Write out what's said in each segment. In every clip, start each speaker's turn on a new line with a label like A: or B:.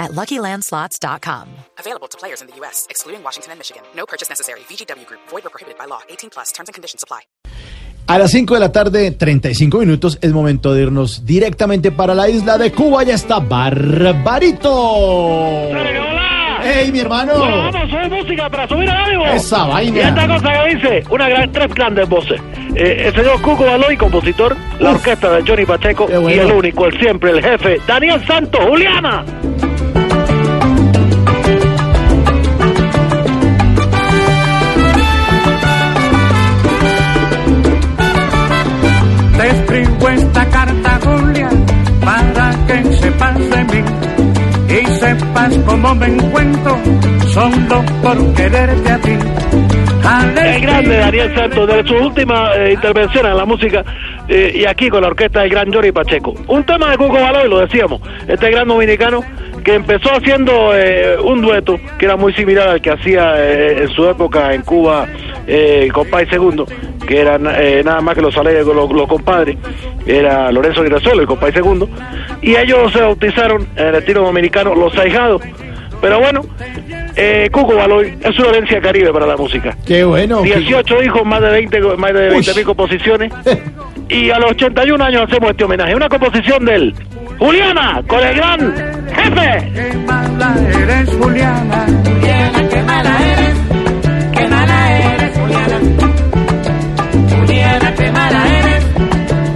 A: at luckylandslots.com.
B: Available to players in the U.S., excluding Washington and Michigan. No purchase necessary. VGW Group, void or prohibited by law. 18 plus terms and conditions apply.
C: A las 5 de la tarde, 35 minutos, es momento de irnos directamente para la isla de Cuba. Ya está Barbarito.
D: Pero hola.
C: ¡Ey, mi hermano!
D: Vamos, soy música para subir el ánimo.
C: Esa
D: Y esta
C: vaina.
D: cosa que dice, una gran, tres grandes voces. Eh, el señor Cuco Baloy, compositor, la orquesta de Johnny Pacheco
C: Qué bueno.
D: y el único, el siempre, el jefe, Daniel Santos, Juliana.
E: Te escribo esta carta, Julia, para que sepas de mí y sepas cómo me encuentro, solo por quererte a ti. Al
D: El grande
E: escribirte
D: Daniel Santos, de su última eh, intervención en la música eh, y aquí con la orquesta del gran Johnny Pacheco. Un tema de Cuco Baloy, lo decíamos, este gran dominicano que empezó haciendo eh, un dueto que era muy similar al que hacía eh, en su época en Cuba eh, Compay Segundo, que eran eh, nada más que los, ale- los, los compadres, era Lorenzo Grazuelo y Compay Segundo, y ellos se bautizaron en el estilo dominicano Los Ahijados. Pero bueno, eh, Cuco Baloy es una herencia caribe para la música.
C: ¡Qué bueno! qué-
D: 18 hijos, más de 20, co- más de 20
C: Uy.
D: mil composiciones. Y a los 81 años hacemos este homenaje. Una composición del Juliana con el gran jefe.
E: Qué mala eres, Juliana. Juliana, qué mala eres. Qué mala eres, Juliana. Juliana, qué mala eres.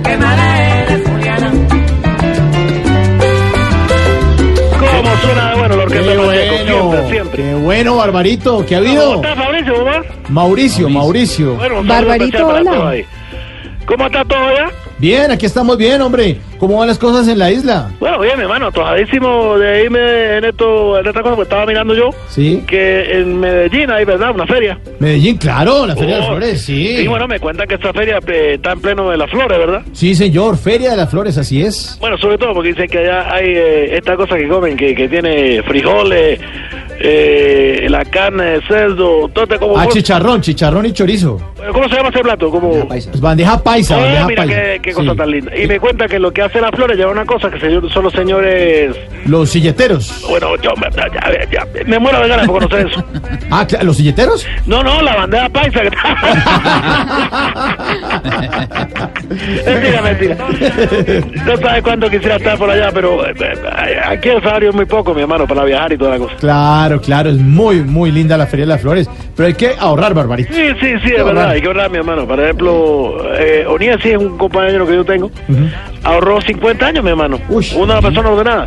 E: Qué mala eres, Juliana.
D: ¿Cómo suena de bueno la orquesta
C: ¡Qué
D: Pacheco?
C: bueno!
D: Siempre, siempre.
C: ¡Qué bueno, Barbarito! ¿Qué ha
D: ¿Cómo
C: habido?
D: estás, Fabricio? ¿Cómo vas?
C: Mauricio, Mauricio.
D: Bueno, un saludo
F: Barbarito,
D: especial para
F: hola.
D: todos ahí. ¿Cómo está todo ya?
C: Bien, aquí estamos bien, hombre. ¿Cómo van las cosas en la isla?
D: Bueno, bien, mi hermano, atojadísimo de irme en, esto, en esta cosa que estaba mirando yo.
C: Sí.
D: Que en Medellín hay, ¿verdad? Una feria.
C: Medellín, claro, la Feria de las
D: Oh,
C: Flores, sí.
D: Y bueno, me cuentan que esta feria eh, está en pleno de las flores, ¿verdad?
C: Sí, señor, Feria de las Flores, así es.
D: Bueno, sobre todo porque dicen que allá hay eh, esta cosa que comen, que, que tiene frijoles, eh, la carne de cerdo, todo este como...
C: Ah, chicharrón, chicharrón y chorizo.
D: ¿Cómo se llama ese plato? Como...
C: Pues bandeja paisa,
D: Oh. Ah,
C: bandeja
D: mira
C: paisa.
D: qué, qué cosa
C: Sí.
D: tan linda. Y me cuenta que lo que hace las flores lleva una cosa que se- son los señores...
C: Los silleteros.
D: Bueno, yo me, ya- ya- ya- me muero de ganas por conocer eso.
C: Ah, cla- ¿los silleteros?
D: No, no, la bandera paisa. mentira, mentira. No sabes cuánto quisiera estar por allá, pero eh, eh, aquí el salario es muy poco, mi hermano, para viajar y toda la cosa.
C: Claro, claro, es muy, muy linda la Feria de las Flores. Pero hay que ahorrar, Barbarito.
D: Sí, sí, sí,
C: Qué
D: es verdad,
C: raro.
D: hay que ahorrar, mi hermano. Por ejemplo, eh, Onías sí es un compañero que yo tengo. Ahorró 50 años, mi hermano.
C: Uy.
D: Una persona ordenada.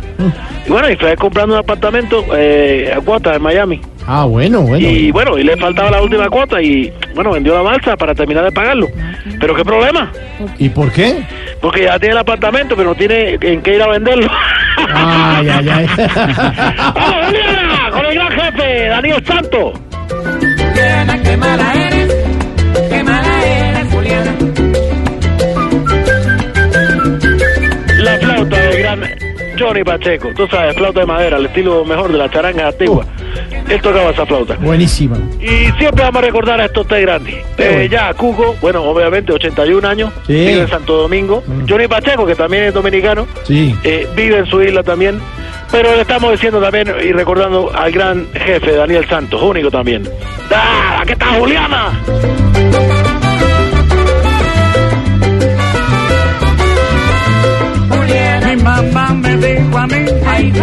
D: Y bueno, y fue comprando un apartamento eh, a cuotas en Miami.
C: Ah, bueno, bueno.
D: Y bueno, y le faltaba la última cuota y bueno, vendió la balsa para terminar de pagarlo. Pero qué problema,
C: ¿Y por qué?
D: porque ya tiene el apartamento, pero no tiene en qué ir a venderlo.
C: Ay, ay, ay.
D: ¡Vamos, Juliana! Con el gran jefe, Daniel Santos.
E: Juliana, qué mala eres. Qué mala eres, Juliana.
D: La flauta del gran Johnny Pacheco. Tú sabes, flauta de madera, el estilo mejor de la charanga antigua. Él tocaba esa flauta.
C: Buenísima.
D: Y siempre vamos a recordar a estos tres grandes. Eh, ya, Cuco, bueno, obviamente, 81 años,
C: Sí.
D: vive en Santo Domingo.
C: Mm.
D: Johnny Pacheco, que también es dominicano,
C: Sí.
D: eh, vive en su isla también. Pero le estamos diciendo también y recordando al gran jefe Daniel Santos, único también. ¡Ah! ¡Aquí está Juliana!
E: Mi mamá me dijo a mí que tu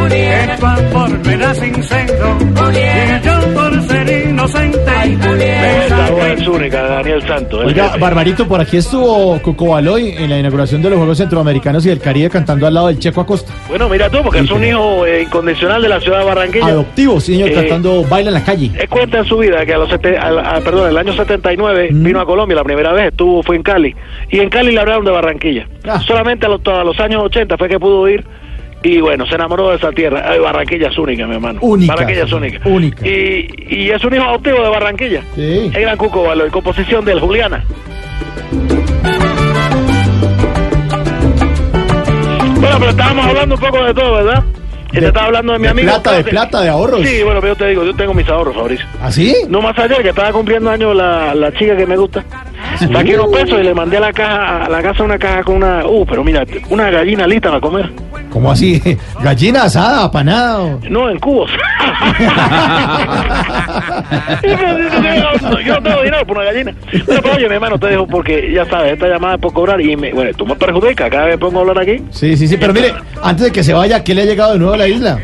E: amor era sincero y yo por ser inocente
D: Esta voz
E: pensaba
D: es única, Daniel Santos. el
C: Oiga,
D: jefe.
C: Barbarito, por aquí estuvo Coco Baloy en la inauguración de los Juegos Centroamericanos y del Caribe cantando al lado del Checo Acosta.
D: bueno, mira tú, porque es un hijo eh, incondicional de la ciudad de
C: Ah,
D: Barranquilla.
C: Adoptivo, sí, señor,
D: Eh,
C: cantando Baila en la calle.
D: Él cuenta en su vida que a los sete- al- al- perdón, el año 79
C: Mm.
D: vino a Colombia la primera vez, estuvo fue en Cali y en Cali le hablaron de Barranquilla.
C: Ah.
D: Solamente a los, a los años 80 fue que pudo ir y bueno, se enamoró de esa tierra. Ay, Barranquilla es única, mi hermano.
C: Única.
D: Barranquilla es única.
C: Única.
D: Y, y es un hijo adoptivo de Barranquilla.
C: Sí.
D: El gran Cuco Valor, composición del Juliana. Bueno, pero estábamos hablando un poco de todo, ¿verdad? Y te estaba hablando de mi
C: de
D: amigo.
C: plata, de
D: Claudio.
C: plata, de ahorros.
D: Sí, bueno, pero yo te digo, yo tengo mis ahorros, Fabricio.
C: ¿Así?
D: No más ayer, que estaba cumpliendo años la, la chica que me gusta. Saqué unos pesos y le mandé a la caja, a la casa una caja con una. Uh, pero mira, una gallina lista para comer.
C: ¿Cómo así? Gallina asada, apanado.
D: No, en cubos. yo no tengo dinero por una gallina. Pero, pero, oye, mi hermano, te digo, porque ya sabes, esta llamada es por cobrar y me, bueno, tú me perjudicas cada vez que pongo a hablar aquí.
C: Sí, sí, sí, pero mire, antes de que se vaya, ¿qué le ha llegado de nuevo a la isla?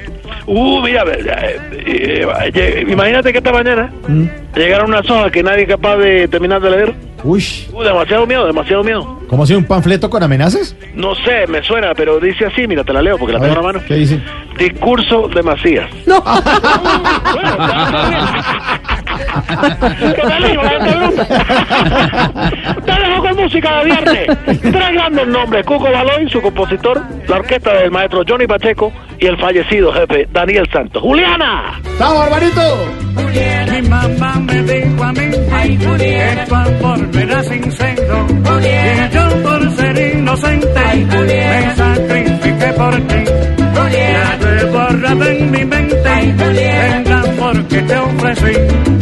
D: Uh, mira, eh, eh, eh, imagínate que esta mañana
C: Mm.
D: llegaron unas hojas que nadie es capaz de terminar de leer.
C: Uy,
D: Uh, demasiado miedo, demasiado miedo.
C: ¿cómo así un panfleto con amenazas?
D: No sé, me suena, pero dice así, mira, te la leo porque la
C: A
D: tengo
C: ver,
D: en la mano.
C: ¿Qué dice?
D: Discurso de Macías. No. ¿Qué tal, hijo? La gente bruta. Te dejo con música de viernes. Tres grandes nombres: Cuco Baloy, su compositor, la orquesta del maestro Johnny Pacheco y el fallecido jefe Daniel Santos. ¡Juliana!
C: ¡Vamos, hermanito!
E: Mi mamá me dijo a mí que tu amor era sincero. Y yo por ser inocente me sacrifiqué por ti. Ya te borraba en mi mente el amor que te ofrecí.